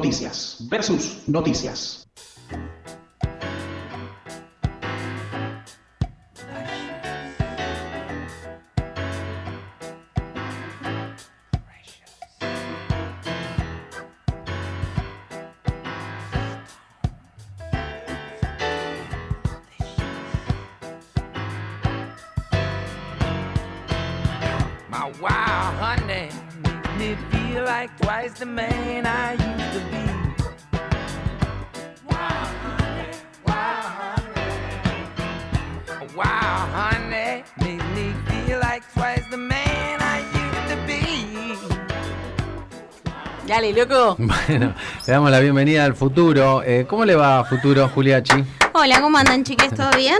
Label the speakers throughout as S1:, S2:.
S1: Noticias versus noticias.
S2: My wow, honey, makes me feel like twice the man I used to be. Wow, honey, wow, honey. Wow, honey, makes me feel like twice the man I used to be.
S3: Dale, loco.
S4: Bueno, le damos la bienvenida al futuro. Eh, ¿Cómo le va futuro, Juliachi?
S5: Hola, ¿cómo andan, chiques? ¿Todo bien?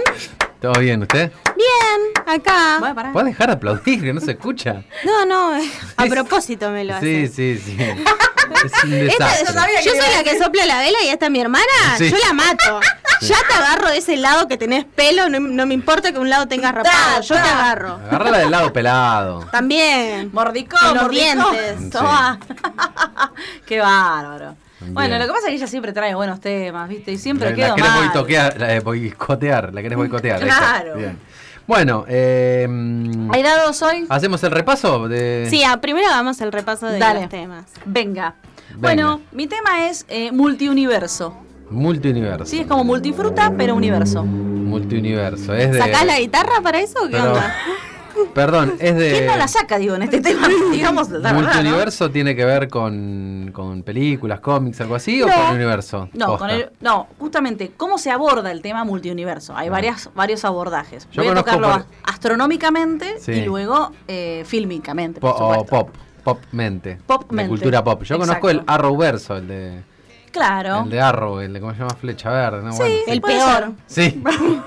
S4: ¿Todo bien usted?
S5: Bien, acá.
S3: Bueno,
S5: Ah.
S3: pará.
S4: ¿Puede dejar de aplaudir que no se escucha?
S5: No, no, a propósito me lo
S4: Sí,
S5: hacen.
S4: sí, sí. Es un desastre.
S5: Yo soy la que sopla la vela y esta es mi hermana,
S4: Sí.
S5: yo la mato. Ya te agarro de ese lado que tenés pelo, no, no me importa que un lado tengas rapado, yo te agarro.
S4: Agárrala del lado pelado.
S5: También.
S3: Mordicó,
S5: Con los
S3: mordicó.
S5: dientes.
S3: Toma. Qué bárbaro.
S4: Bien.
S3: Bueno, lo que pasa es que ella siempre trae buenos temas, ¿viste? Y siempre
S4: la
S3: quedo
S4: querés
S3: mal.
S4: boicotear, la, eh, boicotear, la querés boicotear. ahí está.
S3: Claro.
S4: Bien. Bueno, eh, mm,
S3: ¿Hay dados hoy?
S4: ¿hacemos el repaso? De...
S5: Sí, a- primero hagamos el repaso de
S3: Dale.
S5: los temas.
S3: Venga.
S4: Venga.
S3: Bueno, mi tema es eh, multiuniverso.
S4: Multiuniverso.
S3: Sí, es como multifruta, pero universo.
S4: Multiuniverso. Es de...
S5: ¿Sacás la guitarra para eso o qué
S4: Pero-
S5: onda?
S4: Perdón, es de...
S3: ¿Quién no la saca, digo, en este tema? Digamos, la verdad, ¿no?
S4: Eh. ¿Multiuniverso tiene que ver con, con películas, cómics, algo así? ¿O
S3: No.
S4: con el universo?
S3: No,
S4: Posta.
S3: con el- no, justamente, ¿cómo se aborda el tema multiuniverso? Hay varias, varios abordajes.
S4: Yo
S3: Voy a
S4: conozco
S3: tocarlo
S4: por-
S3: a- astronómicamente
S4: Sí.
S3: y luego eh, fílmicamente,
S4: Po-
S3: por
S4: o
S3: supuesto.
S4: pop, pop mente.
S3: Pop
S4: de
S3: mente.
S4: cultura pop. Yo conozco el
S3: Exacto.
S4: Arrowverso, el de,
S3: Claro.
S4: el de Arrow, el de, ¿cómo se llama? Flecha Verde, ¿no?
S3: Sí.
S4: Bueno,
S5: El
S3: puede
S5: peor.
S4: Sí.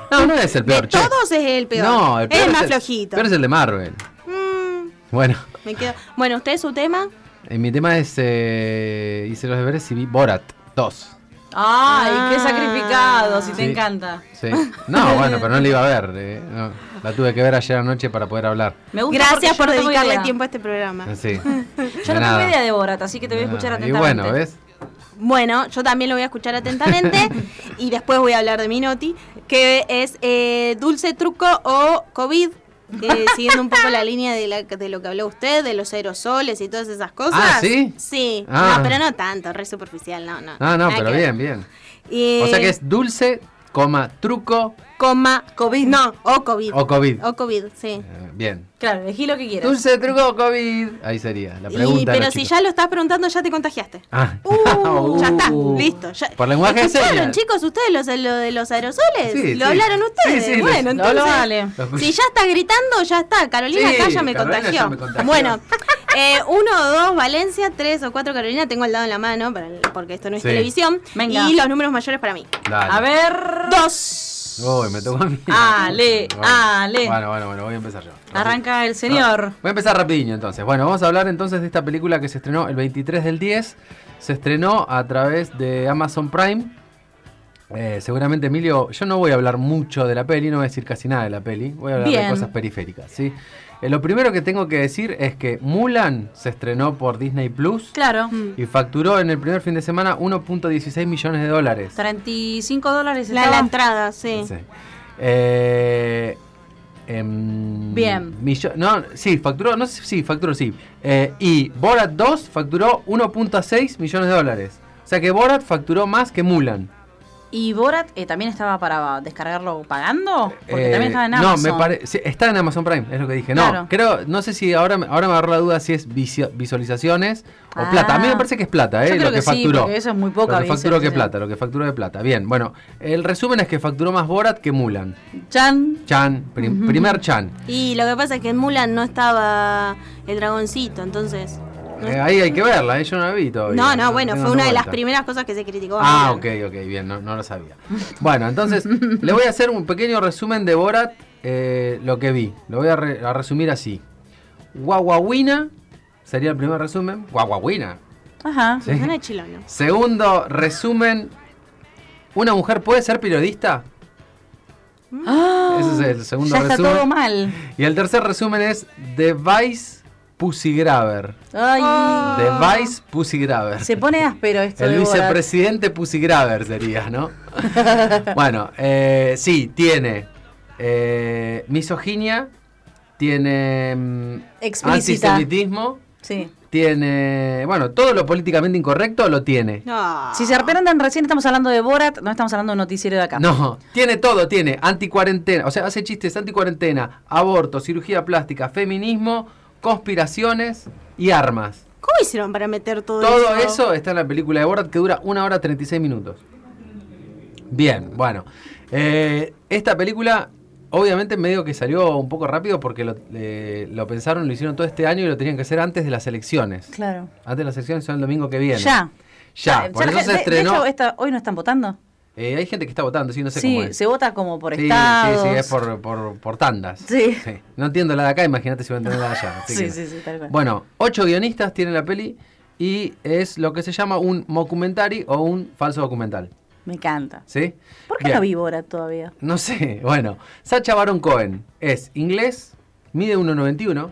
S4: No, no es el peor.
S5: De
S4: che.
S5: todos es el peor.
S4: No, el peor
S5: es el más
S4: el-
S5: flojito.
S4: Pero es el de Marvel.
S5: Mm,
S4: Bueno,
S5: me quedo. Bueno, ¿usted su tema?
S4: eh, mi tema es. eh, hice los deberes y vi Borat 2.
S3: Ay, qué
S5: Ah.
S3: sacrificado, si te
S4: Sí.
S3: encanta.
S4: Sí. No, bueno, pero no la iba a ver. eh, no. La tuve que ver ayer anoche para poder hablar.
S3: Me gusta porque
S5: Gracias
S3: yo
S5: por
S3: no tengo
S5: dedicarle
S3: idea.
S5: tiempo a este programa.
S4: Ah, Sí. Ah,
S3: Yo no tengo idea de Borat, así que te voy a escuchar
S4: Y
S3: atentamente.
S4: bueno, ¿ves?
S5: Bueno, yo también lo voy a escuchar atentamente y después voy a hablar de mi noti, que es eh, dulce truco o COVID, eh, siguiendo un poco la línea de, la- de lo que habló usted, de los aerosoles y todas esas cosas.
S4: Ah, ¿sí?
S5: Sí,
S4: Ah.
S5: no, pero no tanto, re superficial, no, no.
S4: Ah, no,
S5: Nada
S4: pero
S5: que ver.
S4: bien, bien.
S5: Eh,
S4: O sea que es dulce, coma, truco
S5: Coma, COVID. No, o COVID.
S4: o COVID.
S5: O COVID, sí.
S4: Eh, bien.
S3: Claro, elegí lo que quieras.
S4: Dulce, truco o COVID. Ahí sería la pregunta.
S5: Y-
S4: de
S5: pero
S4: los
S5: si
S4: chicos.
S5: ya lo estás preguntando, ya te contagiaste.
S4: Ah.
S5: Uh, ya está,
S4: Uh.
S5: listo. ya-
S4: Por lenguaje de
S5: ¿Escucharon,
S4: señas.
S5: chicos, ustedes los- lo de los aerosoles?
S4: Sí,
S5: ¿Lo
S4: sí.
S5: hablaron ustedes?
S4: Sí, sí,
S5: bueno,
S4: lo- lo
S5: entonces.
S3: habló Ale.
S4: Lo-
S5: Si ya está gritando, ya está. Carolina
S4: Sí,
S5: acá ya me,
S4: Carolina
S5: contagió.
S4: ya me contagió.
S5: Bueno, eh, uno o dos Valencia, tres o cuatro Carolina, tengo el dado en la mano para el- porque esto no es
S4: Sí.
S5: televisión.
S3: Venga.
S5: Y los números mayores para mí.
S4: Dale.
S3: A ver.
S5: Dos.
S4: Uy, me tocó a mí.
S3: Ale, ale.
S4: Bueno, bueno, bueno, voy a empezar yo.
S3: Arranca el señor.
S4: Voy a empezar rapidinho entonces. Bueno, vamos a hablar entonces de esta película que se estrenó el 23 del 10. Se estrenó a través de Amazon Prime. Eh, seguramente Emilio, yo no voy a hablar mucho de la peli, no voy a decir casi nada de la peli, voy a hablar de
S3: Bien.
S4: cosas periféricas, ¿sí? Eh, lo primero que tengo que decir es que Mulan se estrenó por Disney Plus
S3: Claro.
S4: y facturó en el primer fin de semana 1.16 millones de dólares.
S3: 35 dólares.
S5: La,
S3: estaba.
S5: la entrada, sí.
S4: Sí. Eh, em,
S3: Bien.
S4: millo- no, sí, facturó, no sé si sí, facturó, sí. Eh, y Borat 2 facturó 1.6 millones de dólares. O sea que Borat facturó más que Mulan.
S3: ¿Y Borat eh, también estaba para descargarlo pagando? Porque
S4: Eh,
S3: también estaba en
S4: No,
S3: Amazon.
S4: me parece. está en Amazon Prime, es lo que dije. No,
S3: Claro.
S4: creo, no sé si ahora, me- ahora me agarró la duda si es visio- visualizaciones o
S3: Ah.
S4: plata. A mí me parece que es plata, ¿eh?
S3: Yo creo
S4: lo que,
S3: que sí,
S4: facturó.
S3: porque eso es muy poca
S4: Lo que facturó que
S3: visualización.
S4: plata, lo que facturó de plata. Bien, bueno, el resumen es que facturó más Borat que Mulan.
S3: Chan.
S4: Chan, prim- primer Chan.
S5: Y lo que pasa es que en Mulan no estaba el dragoncito, entonces.
S4: Eh, ahí hay que verla, ¿eh? yo no la vi todavía.
S5: No, no, bueno,
S4: tengo
S5: fue una de las
S4: vuelta.
S5: primeras cosas que se criticó. a
S4: Ah, ok,
S5: Mulan.
S4: ok, bien, no, no lo sabía. Bueno, entonces le voy a hacer un pequeño resumen de Borat, eh, lo que vi. Lo voy a, re- a resumir así. Guaguaguina sería el primer resumen. Guaguaguina.
S3: Ajá.
S4: ¿sí?
S5: Suena chileno.
S4: Segundo resumen. ¿Una mujer puede ser periodista?
S3: Ah,
S4: Ese es el segundo
S5: Ah,
S3: ya está
S4: resumen.
S3: todo mal.
S4: Y el tercer resumen es The Vice Pussy Graver.
S3: Ay.
S5: Ah.
S4: De Vice Pussy Graver.
S3: Se pone áspero esto.
S4: El
S3: de Borat.
S4: vicepresidente Pussy Graver sería, ¿no? bueno, eh, sí, tiene eh, misoginia, tiene mm,
S3: Explícita.
S4: antisemitismo,
S3: Sí.
S4: tiene. Bueno, todo lo políticamente incorrecto lo tiene.
S5: No.
S3: Si se arrepienten recién estamos hablando de Borat, no estamos hablando de un noticiero de acá.
S4: No, tiene todo, tiene anticuarentena, o sea, hace chistes anticuarentena, aborto, cirugía plástica, feminismo, conspiraciones y armas.
S5: ¿Cómo hicieron para meter todo,
S4: Todo
S5: eso?
S4: eso está en la película de Borat que dura 1 hora 36 minutos. Bien, bueno. Eh, esta película, obviamente, medio que salió un poco rápido porque lo, eh, lo pensaron, lo hicieron todo este año y lo tenían que hacer antes de las elecciones.
S3: Claro.
S4: Antes de las elecciones son el domingo que viene.
S3: Ya.
S4: Ya, por
S3: la
S4: eso Ah, se
S3: gente- de- de
S4: estrenó.
S3: hecho, esta- hoy no están votando.
S4: Eh, hay gente que está votando, sí, no sé cómo
S3: sí,
S4: es.
S3: se vota como por
S4: Sí,
S3: estados.
S4: Sí, sí, es por, por, por tandas.
S3: Sí.
S4: No entiendo la de acá, imagínate si voy a entender la de allá. así
S3: Sí,
S4: que-
S3: sí, sí, tal cual.
S4: Bueno, ocho guionistas tiene la peli y es lo que se llama un mockumentary o un falso documental.
S3: Me encanta.
S4: ¿Sí?
S3: ¿Por qué
S4: Bien.
S3: no vi Borat todavía?
S4: No sé, bueno. Sacha Baron Cohen es inglés, mide 1,91,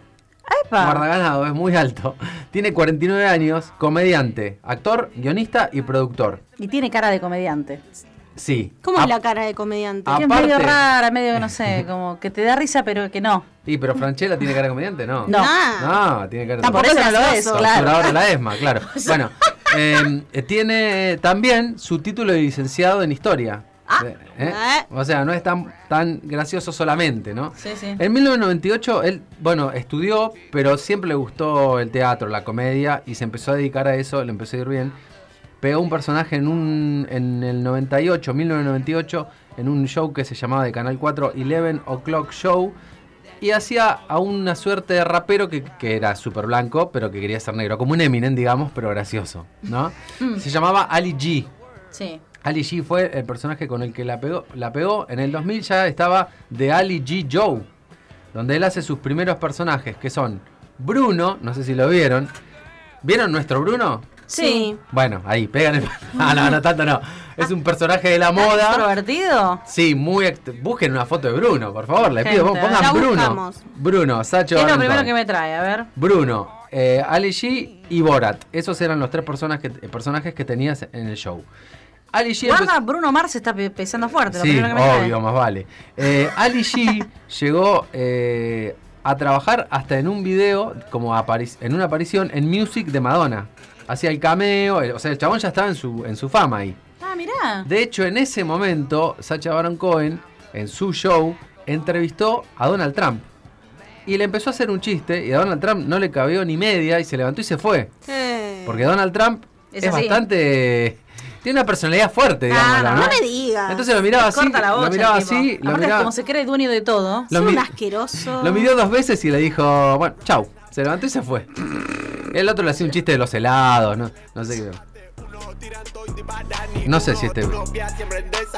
S3: ¡Epa!
S4: guardaganado, es muy alto, tiene 49 años, comediante, actor, guionista y productor.
S3: Y tiene cara de comediante.
S4: Sí. Ah,
S5: ¿Cómo
S4: Ap-
S5: es la cara de comediante?
S4: Ah.
S3: Que
S4: Aparte-
S3: es medio rara, medio, no sé, como que te da risa, pero que no.
S4: Sí, pero Franchella tiene cara de comediante, ¿no?
S3: No.
S5: Ah.
S4: No, tiene cara de
S3: Tampoco
S5: Por eso
S3: no lo es,
S5: gracioso.
S3: claro.
S4: Torturadora la ESMA, claro. Bueno, eh, eh, tiene también su título de licenciado en historia.
S5: Ah,
S4: Eh, eh,
S5: eh.
S4: O sea, no es tan, tan gracioso solamente, ¿no?
S3: Sí, sí.
S4: En 1998 él, bueno, estudió, pero siempre le gustó el teatro, la comedia, y se empezó a dedicar a eso, le empezó a ir bien. Pegó un personaje en, un, en el 98, 1998, en un show que se llamaba de Canal 4, 11 O'Clock Show, y hacía a una suerte de rapero que, que era súper blanco, pero que quería ser negro, como un Eminem, digamos, pero gracioso, ¿no?
S3: Mm.
S4: Se llamaba Ali G.
S3: Sí.
S4: Ali G fue el personaje con el que la pegó. La pegó en el 2000 ya estaba The Ali G Joe, donde él hace sus primeros personajes, que son Bruno, no sé si lo vieron. ¿Vieron nuestro Bruno?
S5: Sí.
S4: Bueno, ahí, pegan el... Ah, no, no tanto no. Es un personaje de la
S3: ¿Tan
S4: moda.
S3: ¿Introvertido?
S4: Sí, muy... act- Busquen una foto de Bruno, por favor, le
S3: Gente,
S4: pido.
S3: ¿eh?
S4: Pongan
S5: La
S4: Bruno.
S5: buscamos.
S4: Bruno, Sacho.
S3: ¿Qué es lo
S4: Baron
S3: primero
S4: Cohen.
S3: que me trae? A ver.
S4: Bruno, eh, Ali G y Borat. Esos eran los tres personas que- personajes que tenías en el show. Ali G... empezó-
S3: Guarda, Bruno Mars está pe- pesando fuerte. Ah, Lo
S4: Sí,
S3: primero que me trae.
S4: obvio, más vale. Eh, Ali G llegó eh, a trabajar hasta en un video, como apari- en una aparición en Music de Madonna. Hacía el cameo, el- o sea, el chabón ya estaba en su, en su fama ahí.
S3: Ah, mirá.
S4: De hecho, en ese momento, Sacha Baron Cohen, en su show, entrevistó a Donald Trump. Y le empezó a hacer un chiste, y a Donald Trump no le cabió ni media, y se levantó y se fue.
S5: Eh.
S4: Porque Donald Trump es,
S3: Es así.
S4: bastante... Tiene una personalidad fuerte, digamos.
S5: Ah, no, me digas.
S4: Entonces lo miraba así,
S3: Corta la bocha.
S4: lo miraba
S3: el tipo.
S4: así, lo
S3: Aparte,
S4: miraba,
S3: como se cree dueño de todo.
S4: lo
S5: Son
S4: mi-
S5: un asqueroso.
S4: lo midió dos veces y le dijo, bueno, chau. Se levantó y se fue. El otro le hacía un chiste de los helados, no, no sé qué. No sé si este... No, pero este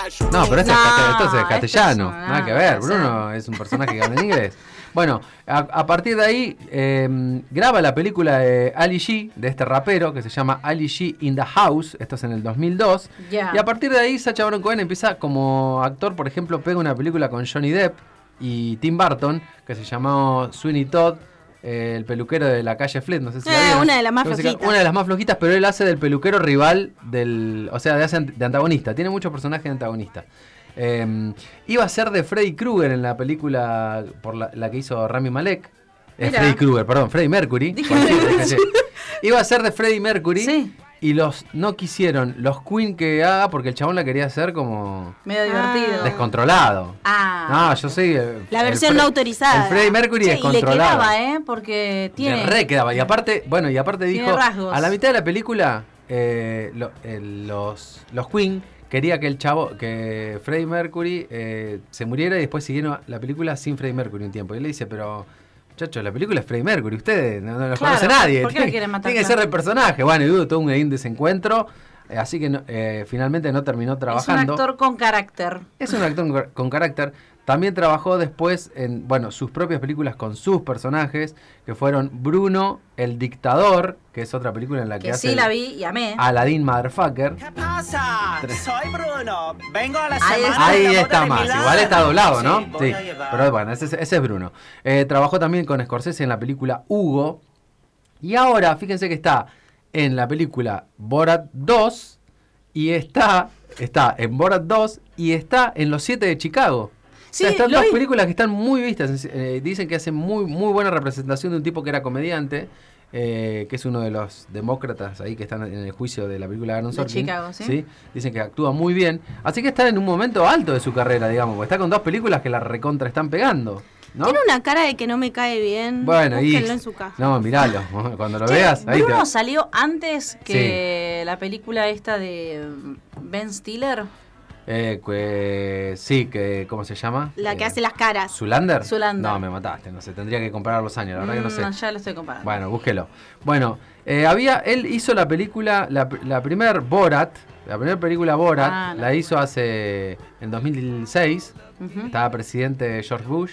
S4: es,
S5: No,
S4: cate- entonces es
S3: este
S4: castellano,
S3: es una-
S4: nada que ver.
S3: o sea.
S4: Bruno es un personaje que habla en inglés. Bueno, a, a partir de ahí eh, graba la película de Ali G, de este rapero que se llama Ali G in the House, esto es en el 2002.
S3: Ya.
S4: Y a partir de ahí, Sacha Baron Cohen empieza como actor, por ejemplo, pega una película con Johnny Depp y Tim Burton, que se llamó Sweeney Todd, eh, el peluquero de la calle Flet, no sé si la
S5: Eh,
S4: vieron.
S5: una de las más
S4: Creo que se-
S5: flojitas.
S4: Una de las más flojitas, pero él hace del peluquero rival del... O sea, de, hace ant- de antagonista. Tiene muchos personajes de antagonista. Eh, iba a ser de Freddy Krueger en la película por la, la que hizo Rami Malek. Eh,
S3: Mira.
S4: Freddy Krueger, perdón, Freddy Mercury.
S3: Dije
S4: Cualquiera, dije, sí. Iba a ser de Freddie Mercury
S3: Sí.
S4: y los no quisieron los Queen que haga porque el chabón la quería hacer como
S3: Medio
S5: Ah.
S3: divertido.
S4: descontrolado.
S3: Ah.
S4: no, yo soy el-
S5: La
S4: el
S5: versión
S4: Fre-
S5: no autorizada.
S4: El Freddie Mercury
S3: Che, y le
S4: descontrolado.
S3: quedaba, ¿eh? Porque tiene.
S4: Le re quedaba. Y aparte, bueno, y aparte
S3: Tiene
S4: dijo,
S3: rasgos.
S4: a la mitad de la película, eh, lo- eh, los, los Queen quería que el chavo, que Freddie Mercury eh, se muriera y después siguieron la película sin Freddie Mercury un tiempo. Y él le dice, pero... Muchachos, la película es Freddie Mercury, ustedes no, no los
S3: Claro,
S4: conoce nadie.
S3: ¿por qué lo
S4: Tiene-
S3: quieren matar?
S4: Tiene que ser el personaje. Bueno, y hubo todo un ahí desencuentro. eh, Así que no- eh, finalmente no terminó trabajando.
S3: Es un actor con carácter.
S4: Es un actor con- con carácter. También trabajó después en, bueno, sus propias películas con sus personajes, que fueron Bruno, El Dictador, que es otra película en la que,
S3: Que
S4: hace
S3: sí
S4: el Ah,
S3: la vi ¿eh? y amé.
S4: Aladdin Motherfucker.
S6: ¿Qué pasa? Soy Bruno. Vengo a la
S3: Ahí
S6: semana.
S4: Ahí
S6: de la boda
S4: está
S6: de
S4: más,
S6: Milán.
S4: igual está doblado, ¿no?
S6: Sí, voy
S4: Sí,
S6: a llevar.
S4: pero bueno, ese, es- ese es Bruno. Eh, trabajó también con Scorsese en la película Hugo, Y ahora, fíjense que está en la película Borat 2 y está, está en Borat 2 y está en Los Siete de Chicago.
S3: Sí,
S4: o sea, están
S3: lo
S4: dos
S3: vi.
S4: películas que están muy vistas. eh, dicen que hacen muy, muy buena representación de un tipo que era comediante, eh, que es uno de los demócratas ahí que están en el juicio de la película de Aaron
S3: De
S4: Sorkin,
S3: Chicago, ¿sí?
S4: Dicen que actúa muy bien. Así que está en un momento alto de su carrera, digamos. porque Está con dos películas que la recontra están pegando. ¿no?
S5: Tiene una cara de que no me cae bien.
S4: Bueno, y.
S5: Búsquenlo en su casa.
S4: No, miralo. Cuando lo
S3: Che,
S4: veas, ahí te.
S3: Bruno salió antes que la película esta de mm, Ben Stiller,
S4: Eh, que- sí, que. ¿Cómo se llama?
S5: La que
S4: Eh,
S5: hace las caras.
S4: ¿Zulander?
S3: Zulander.
S4: No, me mataste, no sé. Tendría que comparar los años, la verdad que no
S3: Mm,
S4: sé.
S3: no, ya lo estoy comparando.
S4: Bueno, búsquelo. Bueno, eh, había, él hizo la película, la, la primer Borat, la primera película Borat,
S3: Ah, no.
S4: la hizo hace, en 2006,
S3: Ujú.
S4: estaba presidente George Bush,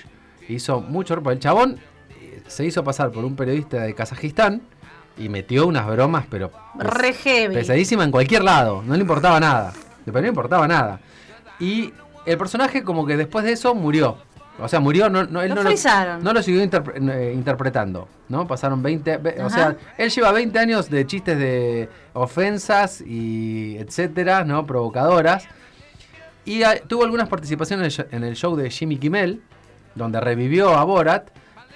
S4: hizo mucho por El chabón eh, se hizo pasar por un periodista de Kazajistán y metió unas bromas, pero pes-
S3: Re heavy.
S4: pesadísima en cualquier lado, no le importaba nada, pero no le importaba nada. Y el personaje como que después de eso murió. O sea, murió, no, no, él
S3: Lo
S4: no, lo,
S3: frisaron.
S4: no lo siguió interpre- eh, interpretando, ¿no? Pasaron 20, ve- o
S3: Ajá.
S4: sea, él lleva 20 años de chistes de ofensas y etcétera, ¿no? Provocadoras. Y ah, tuvo algunas participaciones en el show de Jimmy Kimmel, donde revivió a Borat,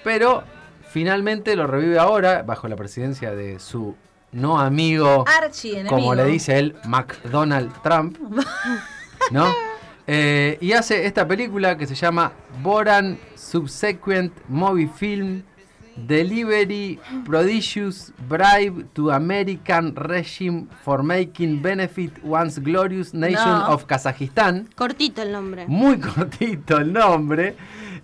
S4: pero finalmente lo revive ahora bajo la presidencia de su no amigo,
S3: Archie, enemigo.
S4: como le dice él, McDonald Trump, ¿no? Eh, y hace esta película que se llama Boran Subsequent Movie Film Delivery Prodigious Bribe to American Regime for Making Benefit Once Glorious Nation
S3: No.
S4: of Kazajistán.
S5: Cortito el nombre.
S4: Muy cortito el nombre.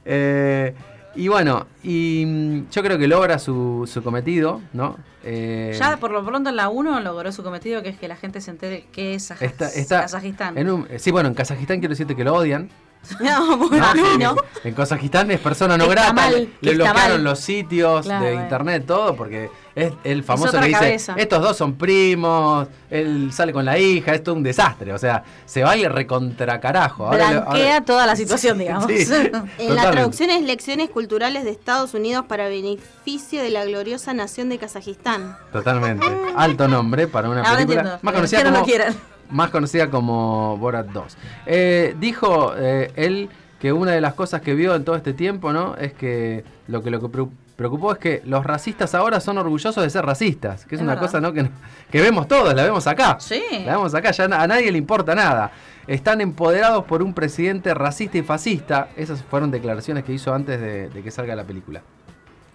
S4: Eh, y bueno, y mm, yo creo que logra su, su cometido, ¿no? Eh,
S3: Ya por lo pronto en la 1 logró su cometido, que es que la gente se entere que es Aj-
S4: está- está
S3: Kazajistán.
S4: en un- eh, sí, bueno, en Kazajistán quiero decirte que lo odian.
S5: No,
S4: ¿no?
S5: bueno,
S4: En-
S5: no.
S4: En Kazajistán es persona no
S3: Está
S4: grata.
S3: mal,
S4: le
S3: está
S4: bloquearon
S3: mal.
S4: los sitios
S3: Claro,
S4: de
S3: eh.
S4: internet, todo, porque es el famoso
S3: otra
S4: que dice,
S3: cabeza.
S4: estos dos son primos, él sale con la hija, es todo un desastre. O sea, se va y le recontra carajo. Ahora lo- ahora-
S3: Blanquea toda la situación, digamos.
S4: Sí,
S5: En Eh, la
S4: totalmente.
S5: traducción es Lecciones Culturales de Estados Unidos para beneficio de la gloriosa nación de Kazajistán.
S4: Totalmente. Alto nombre para una
S3: Ahora
S4: película.
S3: entiendo.
S4: Más
S3: Eh,
S4: conocida
S3: que no lo
S4: como.
S3: quieran.
S4: Más conocida como Borat 2. Eh, dijo eh, él que una de las cosas que vio en todo este tiempo, ¿no? Es que lo que lo que pre- preocupó es que los racistas ahora son orgullosos de ser racistas, que es,
S3: Es
S4: una
S3: verdad.
S4: cosa, ¿no? Que, que vemos todos, la vemos acá.
S3: Sí.
S4: La vemos acá, ya na- a nadie le importa nada. Están empoderados por un presidente racista y fascista. Esas fueron declaraciones que hizo antes de- de que salga la película.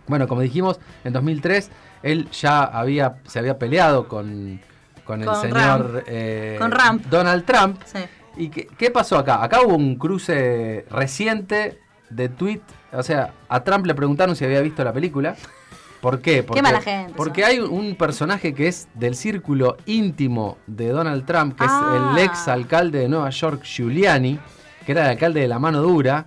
S4: Bueno, como dijimos, en 2003 él ya había se había peleado con, con el
S3: Con
S4: señor
S3: Trump.
S4: eh,
S3: Con Trump.
S4: Donald Trump.
S3: Sí.
S4: ¿Y qué, qué pasó acá? Acá hubo un cruce reciente de tweet. O sea, a Trump le preguntaron si había visto la película. ¿Por qué? Porque,
S3: mala gente
S4: Porque
S3: son.
S4: hay un personaje que es del círculo íntimo de Donald Trump, que
S3: Ah.
S4: es el ex alcalde de Nueva York, Giuliani, que era el alcalde de la mano dura,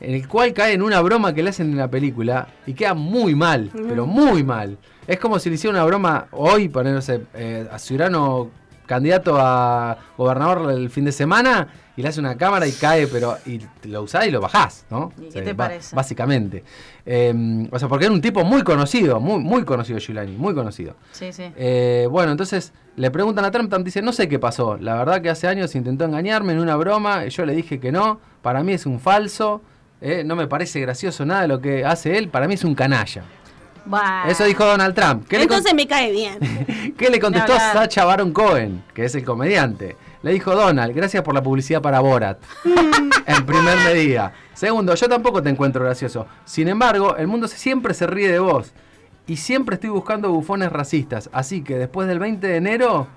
S4: en el cual cae en una broma que le hacen en la película y queda muy mal, pero muy mal. Es como si le hiciera una broma hoy, ponerse eh, a Ciurano candidato a gobernador el fin de semana y le hace una cámara y cae, pero y lo usás y lo bajás, ¿no?
S3: ¿Y qué te
S4: ba-
S3: parece?
S4: Básicamente. Eh, o sea, porque era un tipo muy conocido, muy, muy conocido Giuliani, muy conocido.
S3: Sí, sí.
S4: Eh, bueno, entonces le preguntan a Trump, Trump dice, no sé qué pasó, la verdad que hace años intentó engañarme en una broma, yo le dije que no, para mí es un falso, eh, no me parece gracioso nada de lo que hace él, para mí es un canalla.
S3: Bah.
S4: Eso dijo Donald Trump. ¿Qué le con-
S5: Entonces me cae bien.
S4: ¿Qué le contestó
S3: Ni hablar.
S4: Sacha Baron Cohen, que es el comediante? Le dijo Donald, gracias por la publicidad para Borat. en primer medida. Segundo, yo tampoco te encuentro gracioso. Sin embargo, el mundo se- siempre se ríe de vos. Y siempre estoy buscando bufones racistas. Así que después del 20 de enero,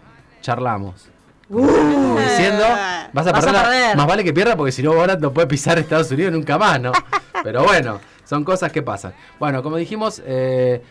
S4: charlamos. Como diciendo, vas a
S3: Uh. Vas a
S4: perder. la-
S3: perder.
S4: Más vale que pierda porque si no, Borat no puede pisar Estados Unidos nunca más, ¿no? Pero bueno, son cosas que pasan. Bueno, como dijimos, eh,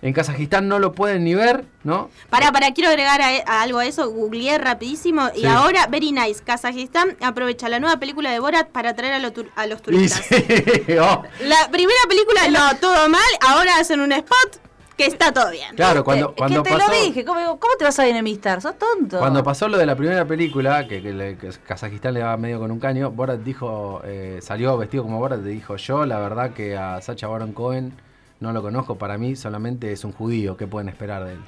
S4: en Kazajistán no lo pueden ni ver, ¿no?
S5: Para, para, quiero agregar a, e, a algo a eso. Googleé rapidísimo. Y
S4: Sí.
S5: ahora, Very Nice, Kazajistán aprovecha la nueva película de Borat para atraer a, lo tur- a los
S4: Y
S5: turistas.
S4: sí, oh,
S5: La primera película, no, todo mal. Ahora hacen un spot que está todo bien.
S4: claro, cuando,
S3: Eh,
S4: cuando
S3: que te
S4: pasó.
S3: lo dije, ¿cómo, cómo te vas a enemistar? Sos tonto.
S4: Cuando pasó lo de la primera película, que, que le- que Kazajistán le daba medio con un caño, Borat dijo, eh, salió vestido como Borat y dijo, yo la verdad que a Sacha Baron Cohen no lo conozco, para mí solamente es un judío. ¿Qué pueden esperar de él?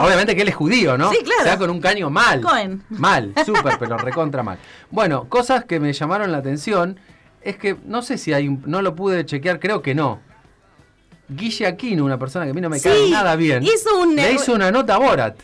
S4: Obviamente que él es judío, ¿no?
S3: Sí, claro.
S4: Se da con un caño mal.
S3: Cohen.
S4: Mal, súper, pero recontra mal. Bueno, cosas que me llamaron la atención es que no sé si hay un. No lo pude chequear, creo que no. Guille Aquino, una persona que a mí no me
S5: Sí,
S4: cae nada bien,
S5: hizo un-
S4: le hizo una nota a Borat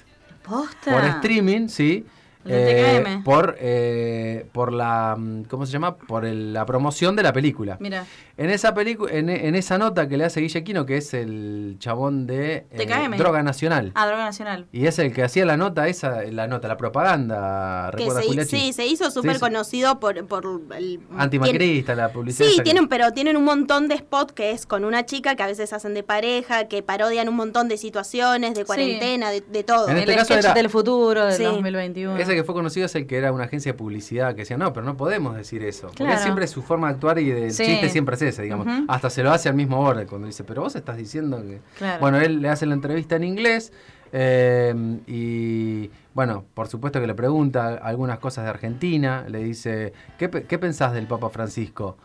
S3: Posta.
S4: por streaming, sí.
S3: El de TKM.
S4: por eh, por la mm, ¿cómo se llama? por el- la promoción de la película.
S3: Mira.
S4: En esa película en, en esa nota que le hace Guille Aquino, que es el chabón de eh,
S3: TKM.
S4: Droga Nacional.
S3: Ah, Droga Nacional.
S4: Y es el que hacía la nota esa, la nota, la propaganda,
S5: Que
S4: recuerda
S5: se, hi-
S4: Juliachi?
S5: sí, se hizo súper
S4: sí.
S5: conocido por, por el... tiene-
S4: Antimacrista, la publicidad.
S5: Sí,
S4: esa que-
S5: tienen, pero tienen un montón de spots que es con una chica que a veces hacen de pareja, que parodian un montón de situaciones, de cuarentena, de, de todo.
S4: En
S3: el
S4: este caso
S3: sketch
S4: era-
S3: del futuro del
S5: Sí.
S3: 2021.
S4: Ese que fue conocido es el que era una agencia de publicidad que decía, no, pero no podemos decir eso. Porque
S3: Claro.
S4: siempre su forma de actuar y el
S3: Sí.
S4: chiste siempre es ese, digamos.
S3: Ujú.
S4: Hasta se lo hace al mismo orden cuando dice, pero vos estás diciendo que.
S3: Claro.
S4: Bueno, él le hace la entrevista en inglés. eh, y bueno, por supuesto que le pregunta algunas cosas de Argentina. Le dice, ¿qué, pe- qué pensás del Papa Francisco?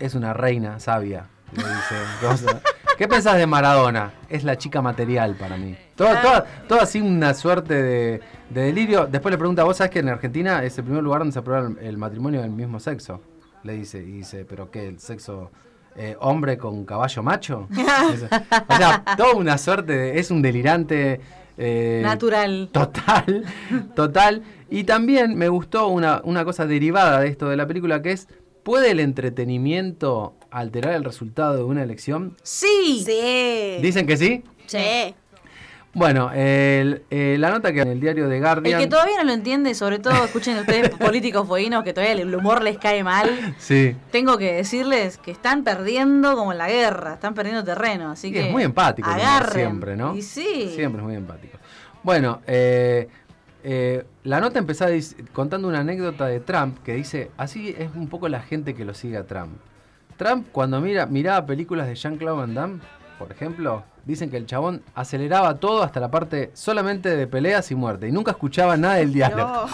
S4: Es una reina sabia. Le dice. Rosa. ¿Qué pensás de Maradona? Es la chica material para mí. Todo, todo- todo así una suerte de, de delirio. Después le pregunta, ¿vos sabés que en Argentina es el primer lugar donde se aprueba el, el matrimonio del mismo sexo? Le dice, y dice, ¿pero qué? ¿El sexo eh, hombre con caballo macho? Eso. O sea, toda una suerte, de- es un delirante. eh,
S3: Natural.
S4: Total, total. Y también me gustó una, una cosa derivada de esto de la película que es, ¿puede el entretenimiento alterar el resultado de una elección?
S3: Sí.
S5: Sí. Eh.
S4: ¿Dicen que sí?
S5: Sí.
S4: Bueno, el- eh, la nota que en el diario de
S3: El
S4: Guardian...
S3: que todavía no lo entiende, sobre todo escuchen ustedes políticos fueguinos que todavía el humor les cae mal.
S4: Sí.
S3: Tengo que decirles que están perdiendo como en la guerra, están perdiendo terreno, así
S4: Y
S3: que
S4: es muy empático el humor
S3: agarren.
S4: siempre, ¿no?
S3: Y sí.
S4: Siempre es muy empático. Bueno, eh, eh, la nota empezaba dis- contando una anécdota de Trump que dice, así es un poco la gente que lo sigue a Trump. Trump cuando mira, miraba películas de Jean-Claude Van Damme, por ejemplo, dicen que el chabón aceleraba todo hasta la parte solamente de peleas y muerte y nunca escuchaba nada del diálogo.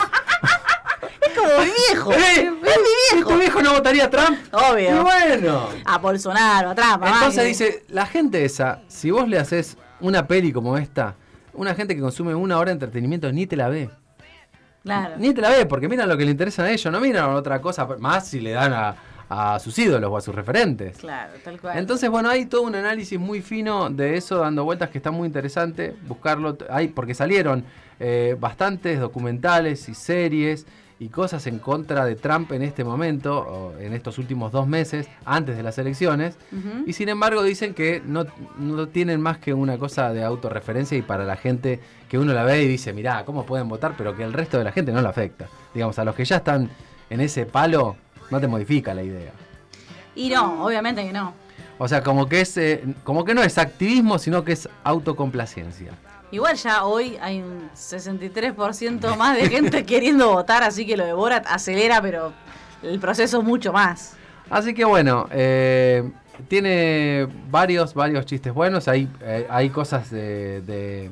S3: Es como mi viejo.
S4: ¡Eh!
S3: Es mi viejo.
S4: ¿Tu viejo no votaría a Trump?
S3: Obvio.
S4: Y bueno.
S3: A Bolsonaro, atrás, mamá.
S4: Entonces
S3: que-
S4: dice, la gente esa, si vos le haces una peli como esta, una gente que consume una hora de entretenimiento ni te la ve.
S3: Claro.
S4: Ni te la ve, porque miran lo que le interesa a ellos, no miran otra cosa más si le dan a, a sus ídolos o a sus referentes.
S3: Claro, tal cual.
S4: Entonces, bueno, hay todo un análisis muy fino de eso dando vueltas que está muy interesante. Buscarlo, t- hay, porque salieron eh, bastantes documentales y series y cosas en contra de Trump en este momento, o en estos últimos dos meses, antes de las elecciones. Y sin embargo, dicen que no, no tienen más que una cosa de autorreferencia y para la gente que uno la ve y dice, mirá, ¿cómo pueden votar? Pero que el resto de la gente no la afecta. Digamos, a los que ya están en ese palo, no te modifica la idea.
S3: Y no, obviamente que no.
S4: O sea, como que es, eh, como que no es activismo, sino que es autocomplacencia.
S3: Igual ya hoy hay un 63% más de gente queriendo votar, así que lo de Borat acelera, pero el proceso mucho más.
S4: Así que bueno, eh, tiene varios, varios chistes buenos. Hay, eh, hay cosas de, de,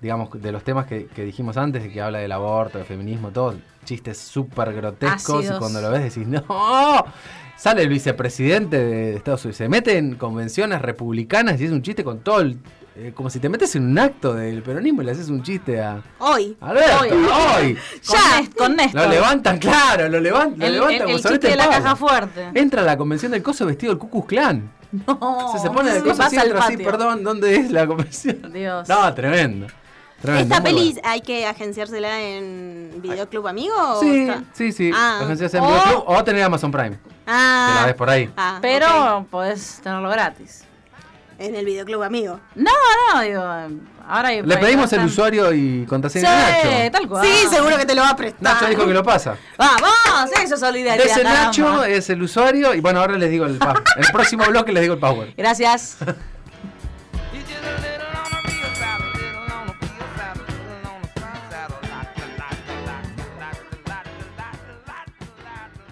S4: digamos, de los temas que, que dijimos antes, de que habla del aborto, del feminismo, todo. Chistes súper grotescos.
S3: Ácidos.
S4: Y cuando lo ves decís, no. Sale el vicepresidente de Estados Unidos, se mete en convenciones republicanas y es un chiste con todo el... eh, como si te metes en un acto del peronismo y le haces un chiste a...
S5: Hoy.
S4: Alberto,
S3: Hoy.
S4: hoy.
S3: Con
S5: Ya.
S3: Nes- con Néstor.
S4: Lo levantan, claro, lo levantan, lo
S3: El-
S4: levantan
S3: el-
S4: como
S3: el chiste
S4: solete
S3: de
S4: en
S3: la
S4: pavo.
S3: caja fuerte.
S4: Entra a la convención del coso vestido del Cucus Clan.
S3: No.
S4: se, se pone
S3: Se
S4: el coso así,
S3: pasa al
S4: entra así,
S3: patio.
S4: perdón, ¿dónde es la convención?
S3: Dios.
S4: No, tremendo. tremendo
S5: ¿Esta
S4: muy
S5: peli
S4: bueno.
S5: hay que agenciársela en Videoclub Amigo? o
S4: Sí,
S5: está-
S4: sí, sí.
S5: Ah.
S4: La agencia de
S5: O-
S4: Videoclub
S3: Oh.
S4: o tener Amazon Prime.
S5: Ah.
S4: Te la ves por ahí.
S5: Ah,
S3: Pero podés tenerlo gratis.
S5: ok. En el Videoclub Amigo.
S3: No, no, digo, ahora hay-
S4: Le pedimos el
S3: bastante-
S4: usuario y
S3: Sí,
S4: contraseña de Nacho.
S3: tal cual.
S5: Sí, seguro que te lo va a prestar.
S4: Nacho dijo que lo pasa.
S3: Vamos, eso es solidaridad.
S4: Ese
S3: caramba.
S4: Nacho es el usuario y bueno, ahora les digo el password. En el próximo bloque les digo el power.
S3: Gracias.